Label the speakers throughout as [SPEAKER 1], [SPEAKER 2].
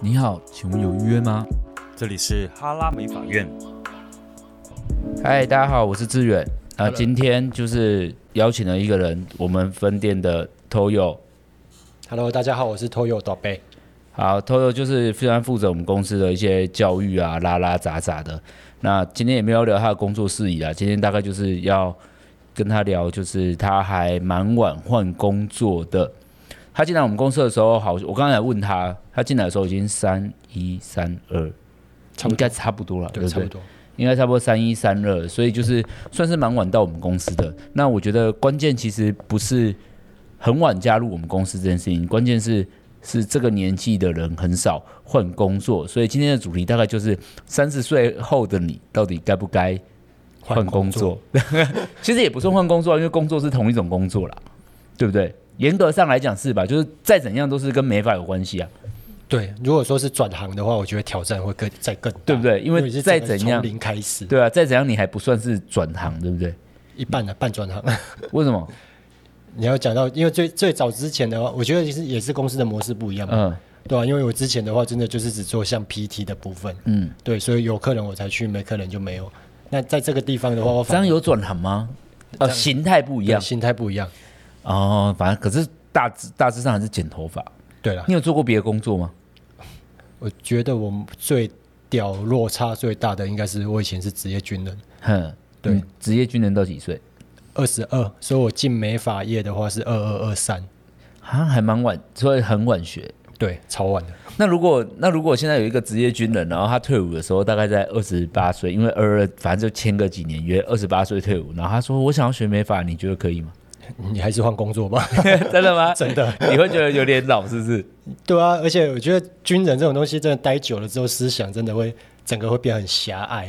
[SPEAKER 1] 你好，请问有预约吗？
[SPEAKER 2] 这里是哈拉美法院，
[SPEAKER 3] 嗨，大家好，我是志远。啊、
[SPEAKER 1] Hello
[SPEAKER 3] 今天就是邀请了一个人，我们分店的 Toyo。
[SPEAKER 4] Hello，大家好，我是 Toyo 宝贝。
[SPEAKER 3] 好，Toyo 就是非常负责我们公司的一些教育啊，拉拉杂杂的。那今天也没有聊他的工作事宜啊，今天大概就是要跟他聊，就是他还蛮晚换工作的。他进来我们公司的时候，好，我刚才问他，他进来的时候已经三一三二，
[SPEAKER 4] 差
[SPEAKER 3] 应
[SPEAKER 4] 不多
[SPEAKER 3] 该差不多了，对
[SPEAKER 4] 对，
[SPEAKER 3] 不
[SPEAKER 4] 差
[SPEAKER 3] 对
[SPEAKER 4] 不？多。
[SPEAKER 3] 应该差不多三一三二，所以就是算是蛮晚到我们公司的。那我觉得关键其实不是很晚加入我们公司这件事情，关键是是这个年纪的人很少换工作，所以今天的主题大概就是三十岁后的你到底该不该换工作？ 其实也不算换工作啊，因为工作是同一种工作啦，对不对？严格上来讲是吧？就是再怎样都是跟美发有关系啊。
[SPEAKER 4] 对，如果说是转行的话，我觉得挑战会更再更大，
[SPEAKER 3] 对不对因为
[SPEAKER 4] 你是
[SPEAKER 3] 再
[SPEAKER 4] 整个
[SPEAKER 3] 怎样
[SPEAKER 4] 从零开始，
[SPEAKER 3] 对啊，再怎样你还不算是转行，对不对？
[SPEAKER 4] 一半的、半转行。
[SPEAKER 3] 为什么？
[SPEAKER 4] 你要讲到，因为最最早之前的话，我觉得其实也是公司的模式不一样嘛，
[SPEAKER 3] 嗯
[SPEAKER 4] 对啊，因为我之前的话，真的就是只做像 PT 的部分，
[SPEAKER 3] 嗯。
[SPEAKER 4] 对，所以有客人我才去，没客人就没有。那在这个地方的话，我
[SPEAKER 3] 这
[SPEAKER 4] 反
[SPEAKER 3] 样
[SPEAKER 4] 而
[SPEAKER 3] 有转行吗？呃，形态不一
[SPEAKER 4] 对
[SPEAKER 3] 样
[SPEAKER 4] 心态不一样。
[SPEAKER 3] 哦，反正可是大致大致上还是剪头发。
[SPEAKER 4] 对啦，
[SPEAKER 3] 你有做过别的工作吗？
[SPEAKER 4] 我觉得我们最屌落差最大的应该是我以前是职业军人，
[SPEAKER 3] 哼，
[SPEAKER 4] 对
[SPEAKER 3] 你嗯职业军人到几岁？
[SPEAKER 4] 二十二，所以我进美发业的话是二二二三，
[SPEAKER 3] 啊，还蛮晚，所以很晚学。
[SPEAKER 4] 对，超晚的。
[SPEAKER 3] 那如果那如果现在有一个职业军人，然后他退伍的时候大概在二十八岁，因为二二反正就签个几年约，二十八岁退伍，然后他说我想要学美发，你觉得可以 吗？
[SPEAKER 4] 你还是换工作吧。
[SPEAKER 3] 真的吗？真的，你会觉得有点老是不是？
[SPEAKER 4] 对啊，而且我觉得军人这种东西，真的待久了之后，思想真的会整个会变很狭隘。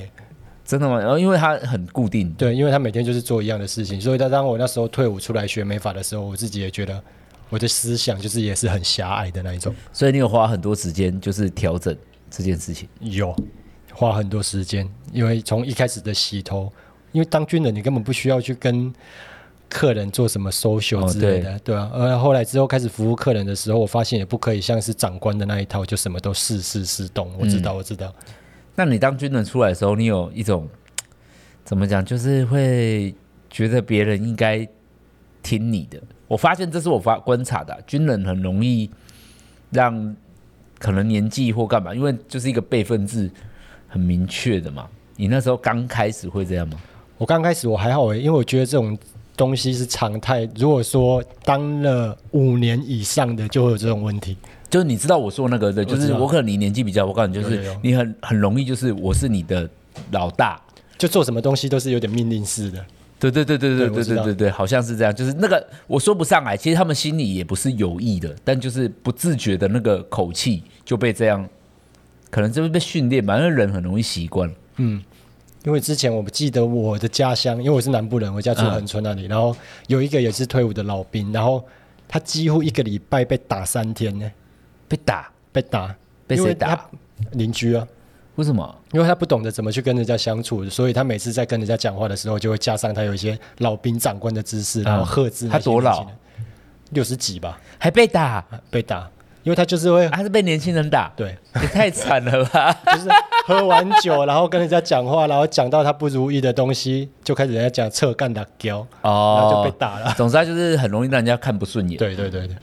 [SPEAKER 3] 真的吗？然后因为他很固定，
[SPEAKER 4] 对，因为他每天就是做一样的事情，所以他当我那时候退伍出来学美发的时候，我自己也觉得我的思想就是也是很狭隘的那一种。
[SPEAKER 3] 所以你有花很多时间就是调整这件事情。
[SPEAKER 4] 有花很多时间，因为从一开始的洗头，因为当军人你根本不需要去跟客人做什么 social
[SPEAKER 3] 哦
[SPEAKER 4] 之类的，对啊。而后来之后开始服务客人的时候，我发现也不可以像是长官的那一套，就什么都事事事懂。我知道，我知道。
[SPEAKER 3] 那你当军人出来的时候，你有一种怎么讲，就是会觉得别人应该听你的。我发现这是我发观察的啊、军人很容易让可能年纪或干嘛，因为就是一个辈分制很明确的嘛。你那时候刚开始会这样吗？
[SPEAKER 4] 我刚开始我还好欸诶、因为我觉得这种东西是常态。如果说当了五年以上的，就会有这种问题。
[SPEAKER 3] 就是你知道我说那个对，就
[SPEAKER 4] 我知
[SPEAKER 3] 是
[SPEAKER 4] 道
[SPEAKER 3] 我可能你年纪比较，我告诉你，就
[SPEAKER 4] 有有
[SPEAKER 3] 是
[SPEAKER 4] 有
[SPEAKER 3] 你很很容易就是我是你的老大，
[SPEAKER 4] 就做什么东西都是有点命令式的，
[SPEAKER 3] 对对对对对
[SPEAKER 4] 对
[SPEAKER 3] 对
[SPEAKER 4] 我
[SPEAKER 3] 对
[SPEAKER 4] 知道
[SPEAKER 3] 对对，好像是这样，就是那个我说不上来，其实他们心里也不是有意的，但就是不自觉的那个口气就被这样，可能就是被训练吧，因为人很容易习惯。
[SPEAKER 4] 因为之前我记得我的家乡，因为我是南部人，我家住
[SPEAKER 3] 嗯
[SPEAKER 4] 恒春那里，然后有一个也是退伍的老兵，然后他几乎一个礼拜被打三天呢，
[SPEAKER 3] 被打，
[SPEAKER 4] 被打，
[SPEAKER 3] 被
[SPEAKER 4] 因
[SPEAKER 3] 谁
[SPEAKER 4] 为他
[SPEAKER 3] 打？？
[SPEAKER 4] 邻居啊，
[SPEAKER 3] 为什么？
[SPEAKER 4] 因为他不懂得怎么去跟人家相处，所以他每次在跟人家讲话的时候，就会加上他有一些老兵长官的知识，然后呵斥、
[SPEAKER 3] 嗯他多老？
[SPEAKER 4] 六十几吧，
[SPEAKER 3] 还被打？
[SPEAKER 4] 被打，因为他就是会、
[SPEAKER 3] 还是被年轻人打？
[SPEAKER 4] 对，
[SPEAKER 3] 也太惨了 吧！
[SPEAKER 4] 就是喝完酒，然后跟人家讲话，然后讲到他不如意的东西，就开始人家讲侧干打胶，然后就被打了。
[SPEAKER 3] 哦总之，他就是很容易让人家看不顺眼。
[SPEAKER 4] 哦对对对对，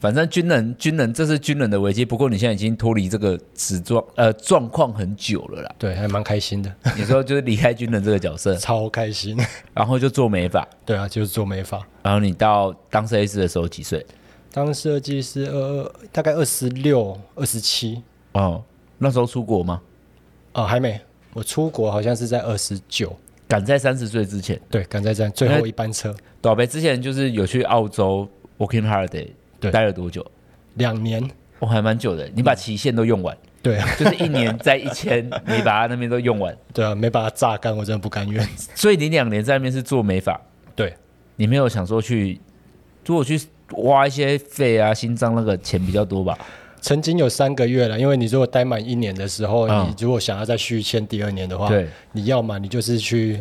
[SPEAKER 3] 反正军人，军人这是军人的危机。不过你现在已经脱离这个职状呃状况很久了啦。
[SPEAKER 4] 对，还蛮开心的，
[SPEAKER 3] 你说就是离开军人这个角 色，
[SPEAKER 4] 超开心。
[SPEAKER 3] 然后就做美发。
[SPEAKER 4] 对啊，就是做美发，
[SPEAKER 3] 然后你到当设计师的时候几岁？
[SPEAKER 4] 当设计师二二大概二十六、二十七
[SPEAKER 3] 哦，那时候出国吗？
[SPEAKER 4] 啊，还没。我出国好像是在二十九，
[SPEAKER 3] 赶在三十岁之前。
[SPEAKER 4] 对，赶在站最后一班车，
[SPEAKER 3] 岛北之前就是有去澳洲 working holiday，
[SPEAKER 4] 对
[SPEAKER 3] 待了多久？
[SPEAKER 4] 两年。
[SPEAKER 3] 我、还蛮久的，你把期限都用 完，
[SPEAKER 4] 对 啊，
[SPEAKER 3] 就是一年在一千，你把它那边都用完，
[SPEAKER 4] 对啊，没把它榨干，我真的不甘愿。
[SPEAKER 3] 所以你两年在那边是做美发，
[SPEAKER 4] 对，
[SPEAKER 3] 你没有想说去，如果去挖一些肺啊、心脏那个钱比较多吧？
[SPEAKER 4] 曾经有三个月了，因为你如果待满一年的时候，
[SPEAKER 3] 嗯
[SPEAKER 4] 你如果想要再续签第二年的话，
[SPEAKER 3] 对，
[SPEAKER 4] 你要嘛你就是去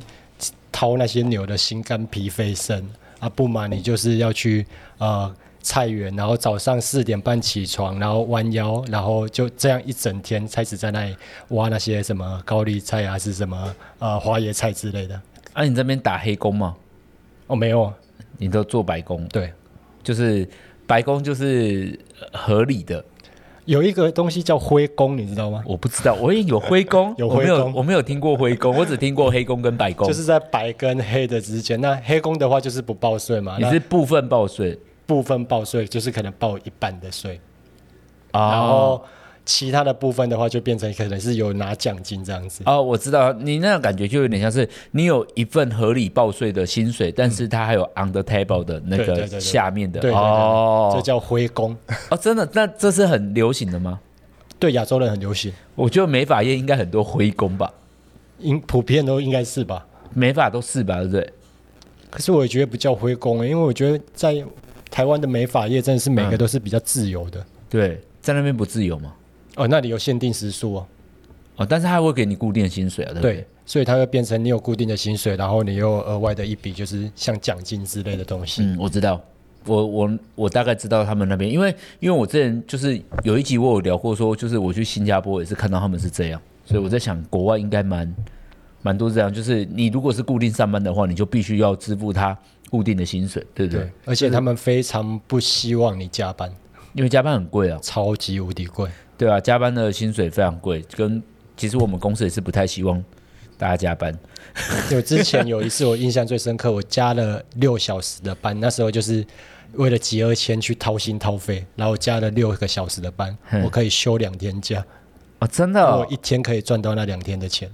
[SPEAKER 4] 掏那些牛的心肝脾肺肾啊，不嘛你就是要去呃菜园，然后早上四点半起床，然后弯腰，然后就这样一整天开始在那里挖那些什么高丽菜啊，是什么呃花椰菜之类的。
[SPEAKER 3] 啊，你这边打黑工吗？
[SPEAKER 4] 哦，没有，
[SPEAKER 3] 你都做白工，
[SPEAKER 4] 对，
[SPEAKER 3] 就是白工就是呃合理的。
[SPEAKER 4] 有一个东西叫灰工，你知道吗？，
[SPEAKER 3] 我不知道，我也有灰工
[SPEAKER 4] 有
[SPEAKER 3] 我没
[SPEAKER 4] 灰
[SPEAKER 3] 有
[SPEAKER 4] 工
[SPEAKER 3] 我没有听过灰工，我只听过黑工跟白工。
[SPEAKER 4] 就是在白跟黑的之间。那黑工的话就是不报税嘛，
[SPEAKER 3] 你
[SPEAKER 4] 那
[SPEAKER 3] 是部分报税
[SPEAKER 4] 部分报税就是可能报一半的税，然
[SPEAKER 3] 哦
[SPEAKER 4] 后其他的部分的话就变成可能是有拿奖金这样子。
[SPEAKER 3] 哦，我知道，你那种感觉就有点像是你有一份合理报税的薪水，但是它还有 on the table 的那
[SPEAKER 4] 嗯对对对
[SPEAKER 3] 个
[SPEAKER 4] 对
[SPEAKER 3] 下面的
[SPEAKER 4] 对对对，这
[SPEAKER 3] 哦
[SPEAKER 4] 叫灰工，
[SPEAKER 3] 哦，真的，那这是很流行的吗？
[SPEAKER 4] 对亚洲人很流行，
[SPEAKER 3] 我觉得美发业应该很多灰工吧，
[SPEAKER 4] 应普遍都应该是吧。
[SPEAKER 3] 美发都是吧，对不对？
[SPEAKER 4] 可是我也觉得不叫灰工、因为我觉得在台湾的美发业真的是每个都是比较自由
[SPEAKER 3] 嗯
[SPEAKER 4] 的。
[SPEAKER 3] 对，在那边不自由嘛。
[SPEAKER 4] 哦，那里有限定时数哦，
[SPEAKER 3] 哦，但是他会给你固定的薪水啊，对不对？
[SPEAKER 4] 对，所以它会变成你有固定的薪水，然后你又有额外的一笔就是像奖金之类的东西。
[SPEAKER 3] 嗯，我知道，我我我大概知道他们那边，因为因为我之前就是有一集我有聊过说，就是我去新加坡也是看到他们是这样，所以我在想国外应该蛮蛮多这样，就是你如果是固定上班的话，你就必须要支付他固定的薪水，对不对？
[SPEAKER 4] 对，而且他们非常不希望你加班，
[SPEAKER 3] 因为加班很贵啊，
[SPEAKER 4] 超级无敌贵。
[SPEAKER 3] 对啊，加班的薪水非常贵，跟其实我们公司也是不太希望大家加班。
[SPEAKER 4] 我之前有一次我印象最深刻，我加了六小时的班，那时候就是为了集二千去掏心掏肺，然后加了六个小时的班，我可以休两天假，
[SPEAKER 3] 哦，真的
[SPEAKER 4] 我
[SPEAKER 3] 哦
[SPEAKER 4] 一天可以赚到那两天的钱。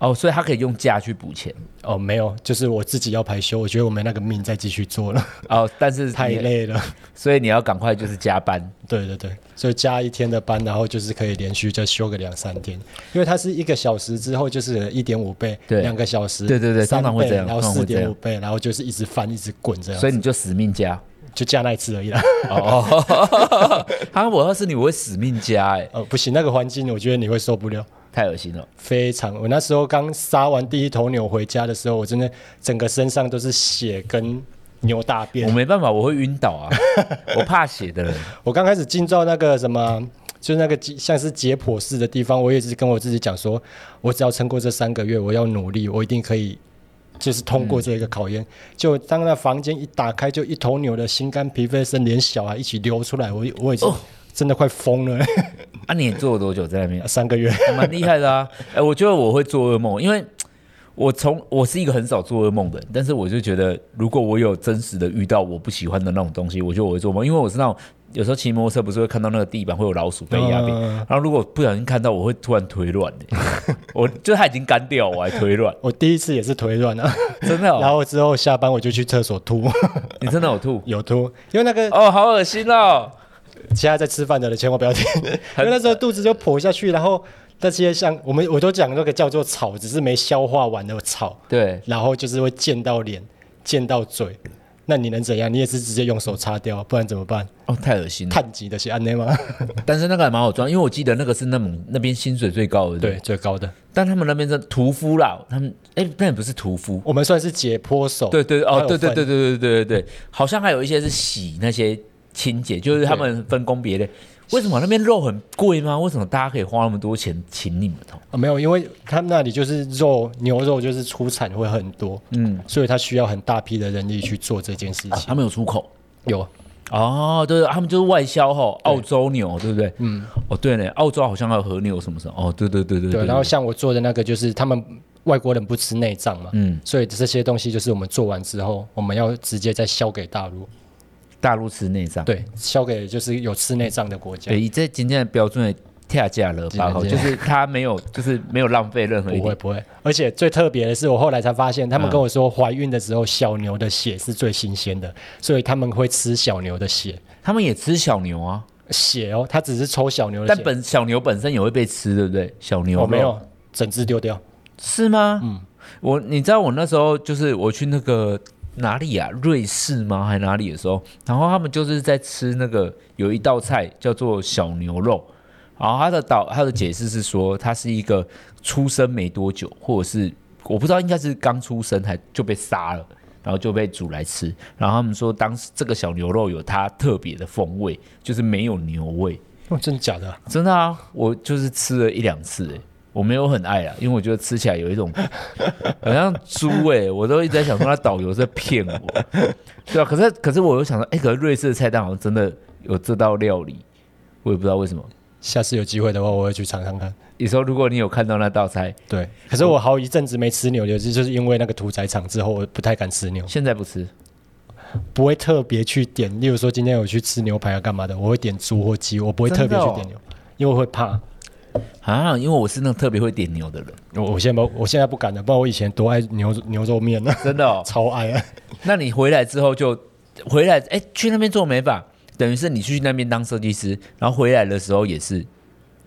[SPEAKER 3] 哦，所以他可以用假去补钱
[SPEAKER 4] 哦，没有，就是我自己要排休，我觉得我没那个命再继续 做了，
[SPEAKER 3] 哦，但是
[SPEAKER 4] 太
[SPEAKER 3] 你，
[SPEAKER 4] 累了。
[SPEAKER 3] 所以你要赶快就是加班，
[SPEAKER 4] 对对对，所以加一天的班，然后就是可以连续再休个两三天，因为它是一个小时之后就是一点五倍，
[SPEAKER 3] 对
[SPEAKER 4] 两个小时，
[SPEAKER 3] 对对对
[SPEAKER 4] 三
[SPEAKER 3] 通常会
[SPEAKER 4] 倍，
[SPEAKER 3] 这样
[SPEAKER 4] 然后
[SPEAKER 3] 通常
[SPEAKER 4] 四
[SPEAKER 3] 会这样
[SPEAKER 4] 点五倍，然后就是一直翻一直滚这样，
[SPEAKER 3] 所
[SPEAKER 4] 所以
[SPEAKER 3] 以你就死命加。
[SPEAKER 4] 就加那一次 而已啦。
[SPEAKER 3] 哦，啊，我要是你，我会死命加哎、
[SPEAKER 4] 呃，不行，那个环境我觉得你会受不了，
[SPEAKER 3] 太恶心了。
[SPEAKER 4] 非常。我那时候刚杀完第一头牛回家的时候，我真的整个身上都是血跟牛大便
[SPEAKER 3] 我。没办法，我会晕倒啊， 我怕血的人。
[SPEAKER 4] 我刚开始进到那个什么，就是那个解像是解剖室的地方，我也是跟我自己讲说，我只要撑过这三个月，我要努力，我一定可以，就是通过这个考验。就当那房间一打开，就一头牛的心肝脾肺肾连小孩一起流出来，我我已
[SPEAKER 3] 哦
[SPEAKER 4] 经真的快疯了，
[SPEAKER 3] 啊，你也做了多久在那边？
[SPEAKER 4] 三 个月。
[SPEAKER 3] 还蛮厉害的啊。哎、我觉得我会做噩梦，因为我从我是一个很少做噩梦的人，但是我就觉得，如果我有真实的遇到我不喜欢的那种东西，我觉得我会做梦，因为我是那种有时候骑摩托车不是会看到那个地板会有老鼠被压扁，
[SPEAKER 4] 嗯
[SPEAKER 3] 然后如果不小心看到，我会突然腿软的、 我就它已经干掉，我还腿软，
[SPEAKER 4] 我第一次也是腿软了，
[SPEAKER 3] 真的、
[SPEAKER 4] 然
[SPEAKER 3] 哦，
[SPEAKER 4] 后之后下班我就去厕所吐，
[SPEAKER 3] 你真的有吐。
[SPEAKER 4] 有吐，因为那个
[SPEAKER 3] 哦，好恶心哦！
[SPEAKER 4] 现在在吃饭的人千万不要 听，因为那时候肚子就剖下去，然后那些像我们我都讲那个叫做草，只是没消化完的草，
[SPEAKER 3] 对，
[SPEAKER 4] 然后就是会溅到脸，溅到嘴。那你能怎样？你也是直接用手擦掉，啊不然怎么办？
[SPEAKER 3] 哦，太恶心了。
[SPEAKER 4] 碳基的是安内吗？
[SPEAKER 3] 但是那个还蛮好赚，因为我记得那个是那种那边薪水最高的。
[SPEAKER 4] 对，，最高的。
[SPEAKER 3] 但他们那边是屠夫啦，他们哎、那也不是屠夫。
[SPEAKER 4] 我们算是解剖手，
[SPEAKER 3] 对对
[SPEAKER 4] 它
[SPEAKER 3] 哦，
[SPEAKER 4] 有
[SPEAKER 3] 对对
[SPEAKER 4] 分
[SPEAKER 3] 对对对对对对，好像还有一些是洗那些清洁，就是他们分工别类。为什么那边肉很贵吗？为什么大家可以花那么多钱请你们哦？
[SPEAKER 4] 啊，没有，因为他们那里就是肉牛肉就是出产会很多，嗯，所以他需要很大批的人力去做这件事情。
[SPEAKER 3] 啊他们有出口
[SPEAKER 4] 有
[SPEAKER 3] 哦，对，他们就是外销吼，澳洲牛对不对？嗯，哦对呢，澳洲好像还有和牛什么什么，哦对对对对
[SPEAKER 4] 对，然后像我做的那个，就是他们外国人不吃内脏嘛，
[SPEAKER 3] 嗯
[SPEAKER 4] 所以这些东西就是我们做完之后，我们要直接再销给大陆，
[SPEAKER 3] 大陆吃内脏，
[SPEAKER 4] 对，销给就是有吃内脏的国家
[SPEAKER 3] 对，，以这今天的标准的跳价了吧？
[SPEAKER 4] 真的真的
[SPEAKER 3] 就是他没 有，就是没有浪费任何一
[SPEAKER 4] 不会
[SPEAKER 3] 点。
[SPEAKER 4] 不会。而且最特别的是，我后来才发现，
[SPEAKER 3] 嗯
[SPEAKER 4] 他们跟我说，怀孕的时候小牛的血是最新鲜的，所以他们会吃小牛的血，
[SPEAKER 3] 他们也吃小牛啊，
[SPEAKER 4] 血哦，他只是抽小牛的
[SPEAKER 3] 但
[SPEAKER 4] 血，
[SPEAKER 3] 本小牛本身也会被吃，对不对？小牛
[SPEAKER 4] 我、
[SPEAKER 3] 肉
[SPEAKER 4] 哦没有整只丢掉，
[SPEAKER 3] 是吗？嗯，我你知道我那时候就是我去那个哪里啊，瑞士吗？还哪里的时候，然后他们就是在吃那个有一道菜叫做小牛肉，然后他的导他的解释是说，它是一个出生没多久，或者是我不知道应该是刚出生还就被杀了。然然后就被煮来吃。然后他们说，当时这个小牛肉有它特别的风味，就是没有牛味。
[SPEAKER 4] 哦，真的假的啊？
[SPEAKER 3] 真的啊，我就是吃了一两次、欸，我没有很爱啊，因为我觉得吃起来有一种 好像猪哎、我都一直在想说他导游在骗我， 对啊，可是可是我又想说，哎、可是瑞士的菜单好像真的有这道料理，我也不知道为什么。
[SPEAKER 4] 下次有机会的话，我会去尝尝看。
[SPEAKER 3] 有时候如果你有看到那道菜，
[SPEAKER 4] 对，可是我好一阵子没吃牛牛，就是因为那个屠宰场之后，我不太敢吃牛，
[SPEAKER 3] 现在不吃，
[SPEAKER 4] 不会特别去点。例如说今天有去吃牛排啊干嘛的，我会点猪或鸡，我不会特别去点牛，因为会怕。
[SPEAKER 3] 啊，因为我是那种特别会点牛的人，
[SPEAKER 4] 我我现在不，我现在不敢了，不然我以前多爱牛牛肉面呢、。
[SPEAKER 3] 真的、哦
[SPEAKER 4] 超爱啊！
[SPEAKER 3] 那你回来之后就回来，哎、去那边做美发，等于是你去那边当设计师，然后回来的时候也是，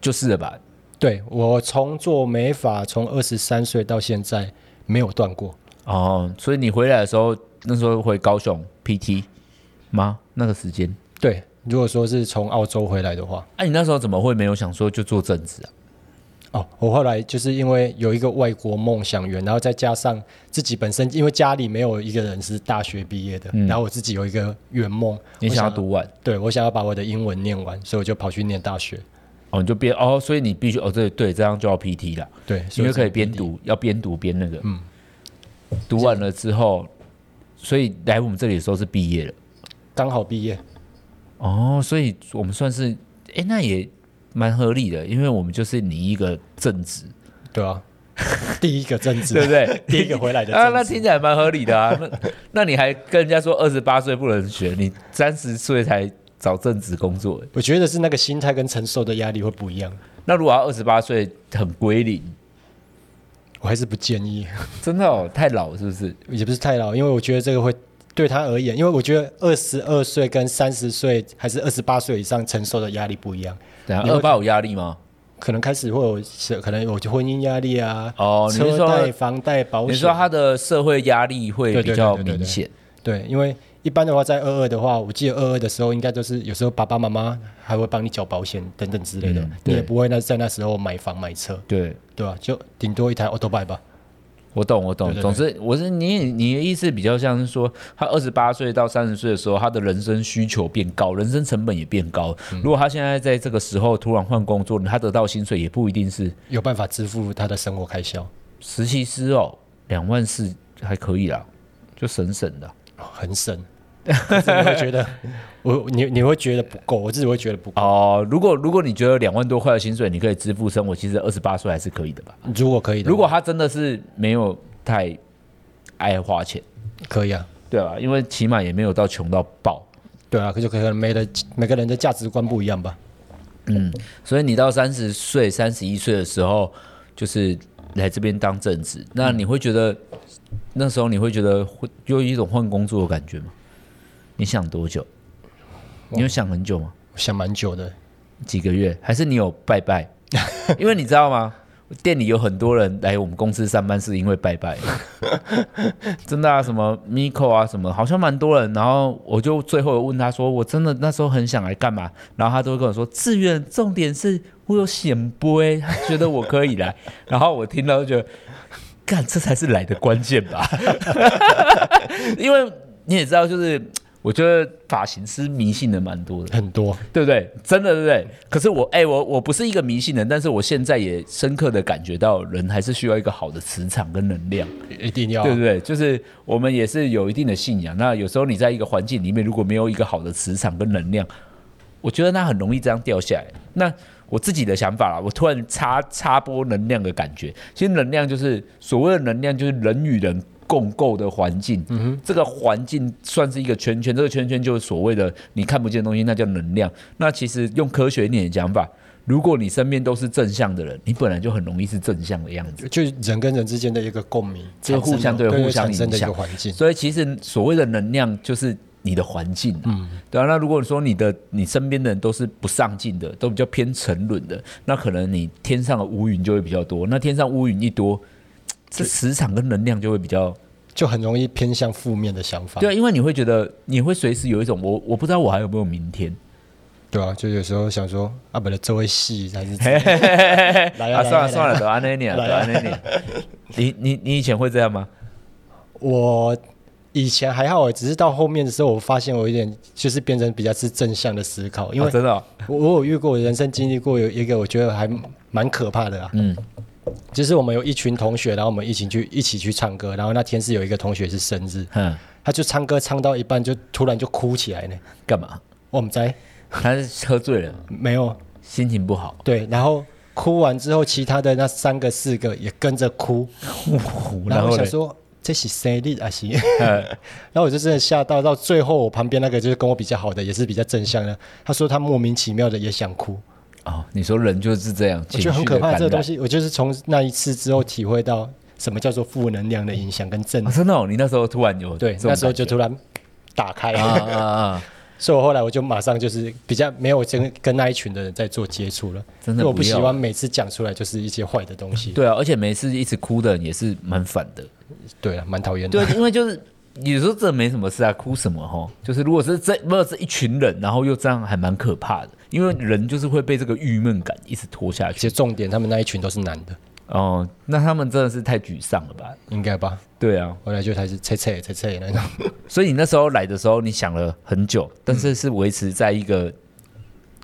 [SPEAKER 3] 就是了吧？
[SPEAKER 4] 对我从做美发，从二十三岁到现在没有断过。
[SPEAKER 3] 哦，所以你回来的时候，那时候回高雄 PT 吗？那个时间，
[SPEAKER 4] 对，如果说是从澳洲回来的话，
[SPEAKER 3] 哎、你那时候怎么会没有想说就做正职啊？
[SPEAKER 4] 哦，我后来就是因为有一个外国梦想源，然后再加上自己本身因为家里没有一个人是大学毕业的，然后我自己有一个圆梦，
[SPEAKER 3] 嗯你
[SPEAKER 4] 我
[SPEAKER 3] 想要
[SPEAKER 4] 要，
[SPEAKER 3] 读完
[SPEAKER 4] 对我想要把我的英文念完，所以我就跑去念大学。
[SPEAKER 3] 哦，你就边哦，所以你必须哦，对对，这样就要 PT 了，
[SPEAKER 4] 对，
[SPEAKER 3] 因
[SPEAKER 4] 所
[SPEAKER 3] 为
[SPEAKER 4] 以
[SPEAKER 3] 可以边读，要边读边那个，嗯，读完了之后，所以来我们这里的时候是毕业了，
[SPEAKER 4] 刚好毕业。
[SPEAKER 3] 哦，所以我们算是，哎、那也蛮合理的，因为我们就是你一个正职，
[SPEAKER 4] 对啊， 第一个正职，
[SPEAKER 3] 对不对？
[SPEAKER 4] 第一个回来的
[SPEAKER 3] 啊，
[SPEAKER 4] 正
[SPEAKER 3] 那
[SPEAKER 4] 职
[SPEAKER 3] 听起来蛮合理的啊。那那你还跟人家说二十八岁不能学，你三十岁才找正职工作欸。
[SPEAKER 4] 我觉得是那个心态跟承受的压力会不一样，
[SPEAKER 3] 那如果要二十八岁很归零，
[SPEAKER 4] 我还是不建议，
[SPEAKER 3] 真的哦，太老是不是？
[SPEAKER 4] 也不是太老，因为我觉得这个会对他而言，因为我觉得二十二岁跟三十岁还是二十八岁以上承受的压力不一样，
[SPEAKER 3] 等下
[SPEAKER 4] 你会
[SPEAKER 3] 二八有压力吗？
[SPEAKER 4] 可能开始会有可能有婚姻压力啊，
[SPEAKER 3] 哦你是
[SPEAKER 4] 车
[SPEAKER 3] 说
[SPEAKER 4] 贷、房贷、保险，
[SPEAKER 3] 你说他的社会压力会
[SPEAKER 4] 对
[SPEAKER 3] 比
[SPEAKER 4] 对对
[SPEAKER 3] 较
[SPEAKER 4] 对对对
[SPEAKER 3] 明显，
[SPEAKER 4] 对，因为一般的话，在二二的话，我记得二二的时候，应该都是有时候爸爸妈妈还会帮你缴保险等等之类的，
[SPEAKER 3] 嗯
[SPEAKER 4] 你
[SPEAKER 3] 对
[SPEAKER 4] 也不会那在那时候买房买车，
[SPEAKER 3] 对。
[SPEAKER 4] 对吧、就顶多一台 auto bike 吧。
[SPEAKER 3] 我懂，我懂。
[SPEAKER 4] 对对对
[SPEAKER 3] 总之，我是你，你的意思比较像是说，他二十八岁到三十岁的时候，他的人生需求变高，人生成本也变高。
[SPEAKER 4] 嗯
[SPEAKER 3] 如果他现在在这个时候突然换工作，他得到薪水也不一定是
[SPEAKER 4] 有办法支付他的生活开销，
[SPEAKER 3] 实习师哦，两万四还可以啦，就省省的。
[SPEAKER 4] 很省。可是你会觉得，我你你会觉得不够，我自己会觉得不够。
[SPEAKER 3] 哦，如果如果你觉得两万多块的薪水你可以支付生活，其实二十八岁还是可以的吧？
[SPEAKER 4] 如果可以的话，
[SPEAKER 3] 如果他真的是没有太爱花钱，
[SPEAKER 4] 可以啊，
[SPEAKER 3] 对吧？因为起码也没有到穷到爆。
[SPEAKER 4] 对啊，可就可能每的每个人的价值观不一样吧。
[SPEAKER 3] 所以你到三十岁、三十一岁的时候，就是来这边当正职，那你会觉得、那时候你会觉得会有一种换工作的感觉吗？你想多久？你有想很久吗？
[SPEAKER 4] 我想蛮久的，
[SPEAKER 3] 几个月，还是你有拜拜？因为你知道吗？店里有很多人来我们公司上班是因为拜拜，真的啊，什么 Miko 啊，什么好像蛮多人。然后我就最后问他说，我真的那时候很想来干嘛？然后他都会跟我说，志愿重点是我有显杯，他觉得我可以来。然后我听到就觉得，干这才是来的关键吧，因为你也知道，就是我觉得发型师迷信的蛮多的。
[SPEAKER 4] 很多。
[SPEAKER 3] 对不对？真的对不对？可是我哎、我我不是一个迷信人，但是我现在也深刻的感觉到，人还是需要一个好的磁场跟能量，
[SPEAKER 4] 一定要啊
[SPEAKER 3] 对不对？就是我们也是有一定的信仰。那有时候你在一个环境里面，如果没有一个好的磁场跟能量，我觉得那很容易这样掉下来。那我自己的想法啦，我突然插插播能量的感觉。其实能量就是所谓的能量，就是人与人共构的环境。这个环境算是一个圈圈，这个圈圈就是所谓的你看不见的东西，那叫能量。那其实用科学一点的讲法，如果你身边都是正向的人，你本来就很容易是正向的样子。
[SPEAKER 4] 就人跟人之间的一个共鸣，
[SPEAKER 3] 这个互相
[SPEAKER 4] 产生的
[SPEAKER 3] 对互相
[SPEAKER 4] 产生的
[SPEAKER 3] 影
[SPEAKER 4] 一
[SPEAKER 3] 响
[SPEAKER 4] 个环境。
[SPEAKER 3] 所以其实所谓的能量就是你的环境、啊，嗯，对啊。那如果说你的你身边的人都是不上进的，都比较偏沉沦的，那可能你天上的乌云就会比较多。那天上乌云一多，这磁场跟能量就会比
[SPEAKER 4] 啊
[SPEAKER 3] 较
[SPEAKER 4] 就很容易偏向负面的想法，
[SPEAKER 3] 对啊，因为你会觉得你会随时有一种我我不知道我还有没有明天，
[SPEAKER 4] 对啊，就有时候想说啊，本来这位戏还是
[SPEAKER 3] 嘿 嘿嘿嘿嘿
[SPEAKER 4] 来啊
[SPEAKER 3] 啊，
[SPEAKER 4] 来啊
[SPEAKER 3] 算了
[SPEAKER 4] 来啊
[SPEAKER 3] 算了，得安那年，得安那年。你你你以前会这样吗？
[SPEAKER 4] 我以前还好，只是到后面的时候，我发现我有点就是变成比较是正向的思考，因为
[SPEAKER 3] 哦真的 哦、
[SPEAKER 4] 我我有遇过，我人生经历过有一个我觉得还蛮可怕的啊，
[SPEAKER 3] 嗯，
[SPEAKER 4] 就是我们有一群同学，然后我们一起去一起去唱歌，然后那天是有一个同学是生日，
[SPEAKER 3] 哼，
[SPEAKER 4] 他就唱歌唱到一半就突然就哭起来呢，哦
[SPEAKER 3] 干嘛？
[SPEAKER 4] 我们在
[SPEAKER 3] 他是喝醉了，
[SPEAKER 4] 没有
[SPEAKER 3] 心情不好，
[SPEAKER 4] 对，然后哭完之后，其他的那三个四个也跟着哭，然后我
[SPEAKER 3] 呢
[SPEAKER 4] 想？说这是生日啊，是。
[SPEAKER 3] 呃
[SPEAKER 4] 然后我就真的吓到，到最后我旁边那个就是跟我比较好的，也是比较正向的，他说他莫名其妙的也想哭，
[SPEAKER 3] 哦，你说人就是这样，
[SPEAKER 4] 我
[SPEAKER 3] 情
[SPEAKER 4] 觉得很
[SPEAKER 3] 绪
[SPEAKER 4] 可
[SPEAKER 3] 的感
[SPEAKER 4] 怕。
[SPEAKER 3] 染
[SPEAKER 4] 这个东西，我就是从那一次之后体会到什么叫做负能量的影响跟正
[SPEAKER 3] 哦，。真的哦，你那时候突然有
[SPEAKER 4] 对，
[SPEAKER 3] 这种
[SPEAKER 4] 那时候就
[SPEAKER 3] 感觉
[SPEAKER 4] 突然打开，
[SPEAKER 3] 啊啊啊啊！
[SPEAKER 4] 所以我后来我就马上就是比较没有跟跟那一群的人在做接触了，
[SPEAKER 3] 真的
[SPEAKER 4] 因为我
[SPEAKER 3] 不
[SPEAKER 4] 喜
[SPEAKER 3] 要
[SPEAKER 4] 欢每次讲出来就是一些坏的东西。
[SPEAKER 3] 对啊，而且每次一直哭的人也是蛮反的。
[SPEAKER 4] 对了，蛮讨厌的。
[SPEAKER 3] 对，因为就是有时候这没什么事啊，哭什么吼？就是如果是这如果是一群人，然后又这样，还蛮可怕的。因为人就是会被这个郁闷感一直拖下
[SPEAKER 4] 而且
[SPEAKER 3] 去。
[SPEAKER 4] 重点，他们那一群都是男的，
[SPEAKER 3] 哦，那他们真的是太沮丧了吧？
[SPEAKER 4] 应该吧？
[SPEAKER 3] 对啊，
[SPEAKER 4] 后来就开始切切切切那种。
[SPEAKER 3] 所以你那时候来的时候，你想了很久，但是是维持在一个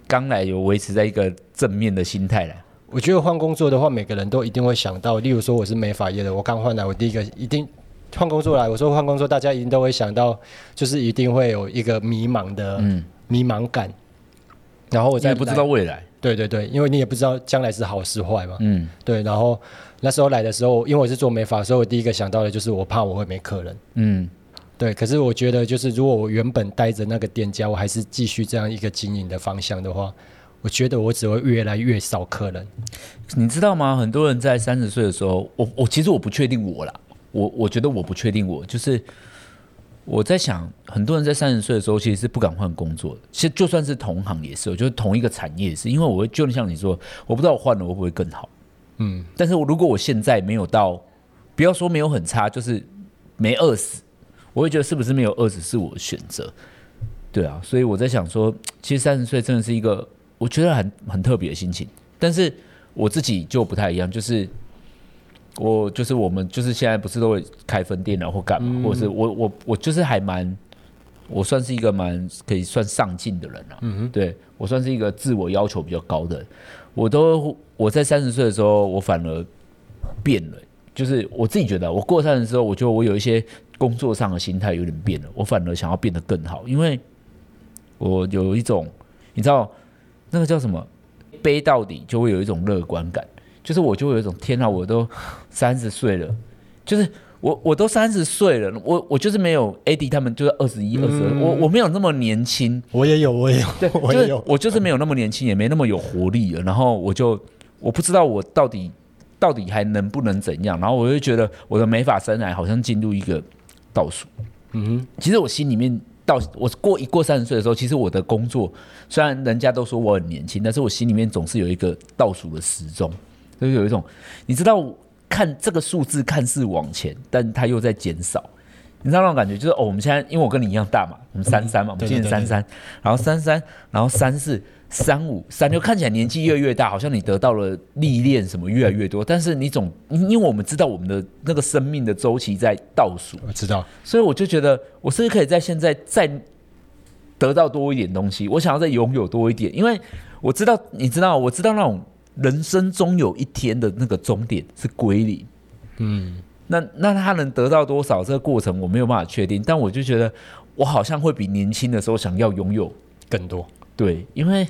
[SPEAKER 3] 刚来有维持在一个正面的心态来。
[SPEAKER 4] 我觉得换工作的话，每个人都一定会想到，例如说我是美发业的，我刚换来，我第一个一定换工作来，我说换工作，大家一定都会想到，就是一定会有一个迷茫的、
[SPEAKER 3] 嗯，
[SPEAKER 4] 迷茫感。然后我
[SPEAKER 3] 我
[SPEAKER 4] 再
[SPEAKER 3] 也不知道
[SPEAKER 4] 来，
[SPEAKER 3] 未来。
[SPEAKER 4] 对对对，因为你也不知道将来是好是坏嘛。
[SPEAKER 3] 嗯
[SPEAKER 4] 对，然后那时候来的时候，因为我是做美发，所以我第一个想到的就是我怕我会没客人。
[SPEAKER 3] 嗯，
[SPEAKER 4] 对，可是我觉得，就是如果我原本待着那个店家，我还是继续这样一个经营的方向的话，我觉得我只会越来越少客人。
[SPEAKER 3] 你知道吗？很多人在三十岁的时候，我我其实我不确定我啦，我我觉得我不确定我，就是我在想，很多人在三十岁的时候其实是不敢换工作的，其实就算是同行也是，就是同一个产业也是，因为我会就像你说，我不知道我换了会不会更好，
[SPEAKER 4] 嗯，
[SPEAKER 3] 但是我如果我现在没有到，不要说没有很差，就是没饿死，我会觉得是不是没有饿死是我的选择，对啊，所以我在想说，其实三十岁真的是一个我觉得很很特别的心情，但是我自己就不太一样，就是我就是我们就是现在不是都会开分店啊了或干嘛，或者是我我我就是还蛮。我算是一个蛮可以算上进的人了、嗯哼，对我算是一个自我要求比较高的人，我都我在三十岁的时候，我反而变了，就是我自己觉得，啊我过三十之后，我觉得我有一些工作上的心态有点变了，我反而想要变得更好，因为我有一种你知道那个叫什么背到底，就会有一种乐观感，就是我就会有一种天啊，我都三十岁了，就是。我我都三十岁了，我我就是没有 AD 他们就是二十一、二十二，我我没有那么年轻，
[SPEAKER 4] 我也有，我也有，
[SPEAKER 3] 对，
[SPEAKER 4] 我
[SPEAKER 3] 就
[SPEAKER 4] 也
[SPEAKER 3] 是
[SPEAKER 4] 有。
[SPEAKER 3] 我就是没有那么年轻，也没那么有活力了。然后我就我不知道我到底到底还能不能怎样。然后我就觉得我的美发生涯好像进入一个倒数。
[SPEAKER 4] 嗯哼，
[SPEAKER 3] 其实我心里面到我过一过三十岁的时候，其实我的工作虽然人家都说我很年轻，但是我心里面总是有一个倒数的时钟，就是有一种你知道看这个数字看似往前，但它又在减少。你知道那种感觉，就是哦，我们现在因为我跟你一样大嘛，我们三三嘛，我们
[SPEAKER 4] 对
[SPEAKER 3] 今年
[SPEAKER 4] 对
[SPEAKER 3] 三
[SPEAKER 4] 对
[SPEAKER 3] 三，然后三三，然后三四、三五、三六，看起来年纪越来越大，好像你得到了历练什么越来越多，但是你总因为我们知道我们的那个生命的周期在倒数，
[SPEAKER 4] 我知道。
[SPEAKER 3] 所以我就觉得，我是不是可以在现在再得到多一点东西？我想要再拥有多一点，因为我知道，你知道，我知道那种人生终有一天的那个终点是归零。
[SPEAKER 4] 嗯，
[SPEAKER 3] 那那他能得到多少？这个过程我没有办法确定，但我就觉得我好像会比年轻的时候想要拥有
[SPEAKER 4] 更多。
[SPEAKER 3] 对，因为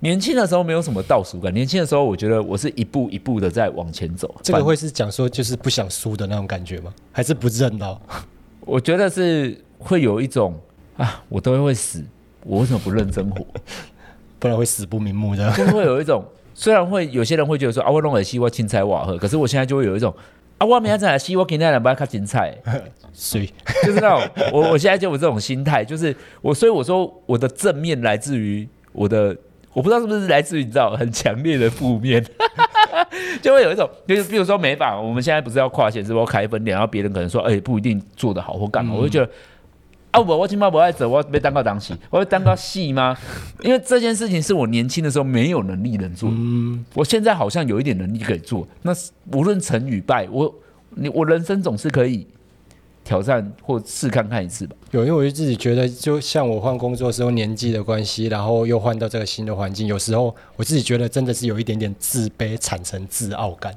[SPEAKER 3] 年轻的时候没有什么倒数感，年轻的时候我觉得我是一步一步的在往前走。
[SPEAKER 4] 这个会是讲说就是不想输的那种感觉吗？还是不认老？
[SPEAKER 3] 我觉得是会有一种啊，我都会死，我为什么不认 真活？
[SPEAKER 4] 不然会死不瞑目的。
[SPEAKER 3] 就是会有一种，虽然会有些人会觉得说啊，我弄耳西我青菜瓦喝，可是我现在就会有一种啊，我明天再来西我今天来不要看青菜，
[SPEAKER 4] 所以
[SPEAKER 3] 就是那种我我现在就有这种心态，就是我所以我说我的正面来自于我的，我不知道是不是来自于你知道很强烈的负面。 就会有一种，就是比如说美发，我们现在不是要跨线，是不是要开分店？然后别人可能说，哎、不一定做得好或干嘛，我就觉得。啊，我我起码不爱走，我被当到当戏，我会当到戏吗？ 因为这件事情是我年轻的时候没有能力能做的，
[SPEAKER 4] 嗯
[SPEAKER 3] 我现在好像有一点能力可以做。那是无论成与败，我你我人生总是可以挑战或试看看一次吧。
[SPEAKER 4] 有，因为我就自己觉得，就像我换工作的时候年纪的关系，然后又换到这个新的环境，有时候我自己觉得真的是有一点点自卑，产生自傲感。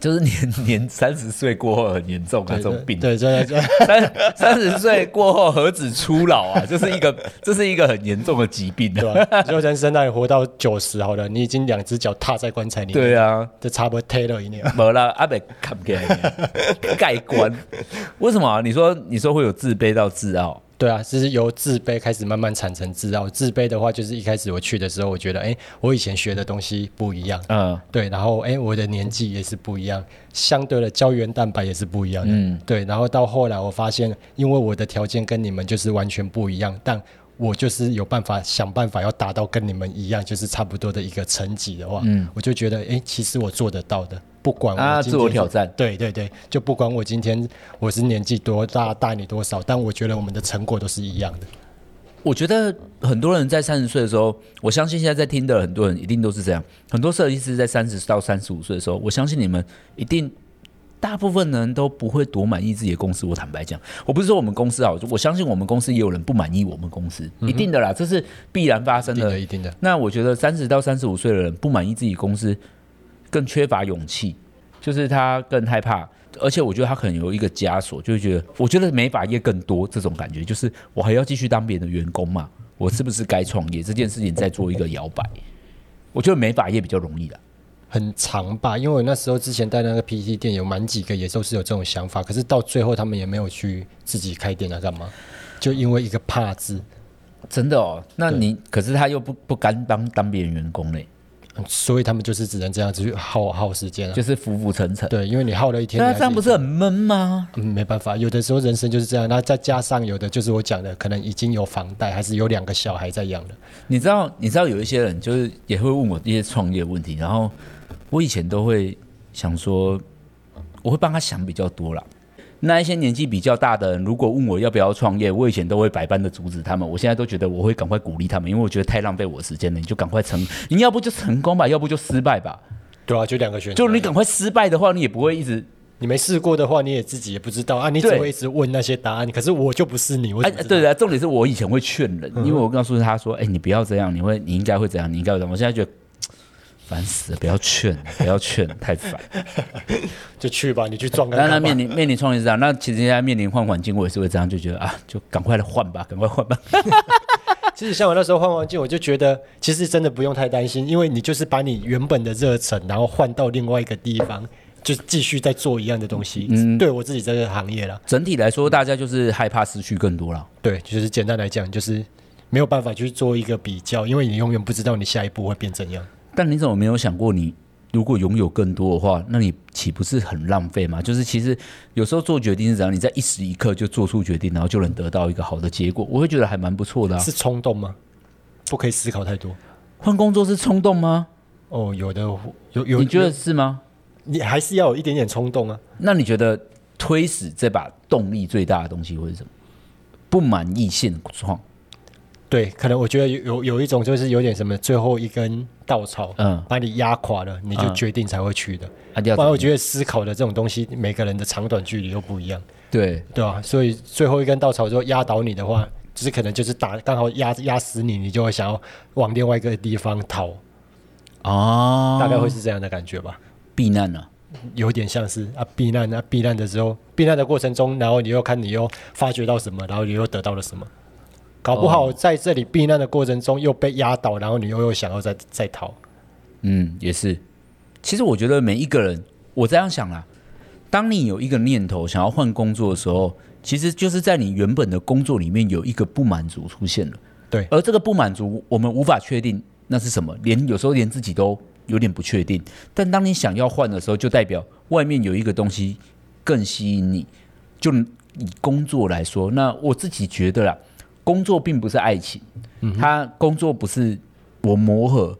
[SPEAKER 3] 就是年 年三十岁过后很严重啊，这种病。
[SPEAKER 4] 对，真的真的
[SPEAKER 3] 三三十岁过后何止初老啊，这是一个这是一个很严重的疾病啊的、
[SPEAKER 4] 对啊吧？就人生让你活到九十好了，你已经两只脚踏在棺材里面，
[SPEAKER 3] 对啊，
[SPEAKER 4] 这差不多 Taylor 一样。
[SPEAKER 3] 没啦，阿北看不起来你，盖棺。为什么、啊？你说你说会有自卑到自傲，
[SPEAKER 4] 对啊，就是由自卑开始慢慢产生自傲。自卑的话，就是一开始我去的时候，我觉得，哎，我以前学的东西不一样，
[SPEAKER 3] 嗯，
[SPEAKER 4] 对，然后哎，诶我的年纪也是不一样，相对的胶原蛋白也是不一样的，
[SPEAKER 3] 嗯
[SPEAKER 4] 对。然后到后来我发现，因为我的条件跟你们就是完全不一样，但我就是有办法想办法要达到跟你们一样，就是差不多的一个成绩的话，
[SPEAKER 3] 嗯
[SPEAKER 4] 我就觉得，哎，其实我做得到的，不管我
[SPEAKER 3] 啊
[SPEAKER 4] 今天是
[SPEAKER 3] 自我挑战
[SPEAKER 4] 对对对，就不管我今天我是年纪多大，大你多少，但我觉得我们的成果都是一样的。
[SPEAKER 3] 我觉得很多人在三十岁的时候，我相信现在在听的很多人一定都是这样。很多设计师在三十到三十五岁的时候，我相信你们一定大部分人都不会多满意自己的公司。我坦白讲，我不是说我们公司啊，我相信我们公司也有人不满意我们公司，一定的啦，这是必然发生
[SPEAKER 4] 一定
[SPEAKER 3] 的
[SPEAKER 4] 的，一定的。
[SPEAKER 3] 那我觉得三十到三十五岁的人不满意自己公司，更缺乏勇气，就是他更害怕，而且我觉得他可能有一个枷锁，就会觉得，我觉得美发业更多这种感觉，就是我还要继续当别人的员工嘛，我是不是该创业这件事情在做一个摇摆？我觉得美发业比较容易啦，
[SPEAKER 4] 很长吧，因为我那时候之前带那个 PT 店，有蛮几个也都是有这种想法，可是到最后他们也没有去自己开店啊，干嘛？就因为一个怕字，
[SPEAKER 3] 真的哦。那
[SPEAKER 4] 对
[SPEAKER 3] 你可是他又不不甘当当别人员工嘞，
[SPEAKER 4] 嗯所以他们就是只能这样子去耗耗时间了、啊
[SPEAKER 3] 就是浮浮沉沉。
[SPEAKER 4] 对，因为你耗了一天，
[SPEAKER 3] 那
[SPEAKER 4] 你还
[SPEAKER 3] 这样不是很闷吗？
[SPEAKER 4] 嗯没办法，有的时候人生就是这样。那再加上有的就是我讲的，可能已经有房贷，还是有两个小孩在养了。
[SPEAKER 3] 你知道，你知道有一些人就是也会问我一些创业问题，然后我以前都会想说，我会帮他想比较多啦。那一些年纪比较大的人，如果问我要不要创业，我以前都会百般的阻止他们。我现在都觉得我会赶快鼓励他们，因为我觉得太浪费我时间了。你就赶快成，你要不就成功吧，要不就失败吧。
[SPEAKER 4] 对啊，就两个选择。
[SPEAKER 3] 就你赶快失败的话，你也不会一直
[SPEAKER 4] 你没试过的话，你也自己也不知道啊，你只
[SPEAKER 3] 对
[SPEAKER 4] 会一直问那些答案。可是我就不是你，我
[SPEAKER 3] 哎、
[SPEAKER 4] 怎么知道嗯
[SPEAKER 3] 对的，重点是我以前会劝人，因为我告诉他说，哎、你不要这样，你会，你应该会这样，你应该会这样。我现在觉得烦死了，不要劝，不要劝，太烦。
[SPEAKER 4] 就去吧，你去撞看
[SPEAKER 3] 那那
[SPEAKER 4] 看吧。
[SPEAKER 3] 面临面临创业是这样，那其实现在面临换环境，我也是会这样，就觉得啊，就赶快换吧，赶快换吧。
[SPEAKER 4] 其实像我那时候换环境，我就觉得其实真的不用太担心，因为你就是把你原本的热忱，然后换到另外一个地方，就是继续在做一样的东西。对我自己这个行业啦，
[SPEAKER 3] 整体来说，大家就是害怕失去更多了。
[SPEAKER 4] 对，就是简单来讲，就是没有办法去做一个比较，因为你永远不知道你下一步会变怎样。
[SPEAKER 3] 但你怎么没有想过你？如果拥有更多的话，那你岂不是很浪费吗？就是其实有时候做决定是怎样，你在一时一刻就做出决定，然后就能得到一个好的结果，我会觉得还蛮不错的、啊。
[SPEAKER 4] 是冲动吗？不可以思考太多。
[SPEAKER 3] 换工作是冲动吗？
[SPEAKER 4] 哦，有的有有，
[SPEAKER 3] 你觉得是吗？
[SPEAKER 4] 你还是要有一点点冲动啊？
[SPEAKER 3] 那你觉得推使这把动力最大的东西会是什么？不满意现状，啊
[SPEAKER 4] 对，可能我觉得有有有一种就是有点什么最后一根稻草，
[SPEAKER 3] 嗯
[SPEAKER 4] 把你压垮了，你就决定才会去的。
[SPEAKER 3] 啊，掉
[SPEAKER 4] 不然我觉得思考的这种东西，每个人的长短距离又不一样，
[SPEAKER 3] 对，
[SPEAKER 4] 对吧、所以最后一根稻草如果压倒你的话，就是可能就是打刚好压压死你，你就会想要往另外一个地方逃，
[SPEAKER 3] 哦，
[SPEAKER 4] 大概会是啊这样的感觉吧。
[SPEAKER 3] 避难了、
[SPEAKER 4] 有点像是啊避难啊避难的时候，避难的过程中，然后你又看你又发觉到什么，然后你又得到了什么，搞不好在这里避难的过程中又被压倒，然后你又又想要再再逃。
[SPEAKER 3] 嗯，也是。其实我觉得每一个人，我这样想啦，当你有一个念头想要换工作的时候，其实就是在你原本的工作里面有一个不满足出现了。
[SPEAKER 4] 对
[SPEAKER 3] 而这个不满足，我们无法确定那是什么，连有时候连自己都有点不确定。但当你想要换的时候，就代表外面有一个东西更吸引你。就以工作来说，那我自己觉得啦，工作并不是爱情，它工作不是我磨合，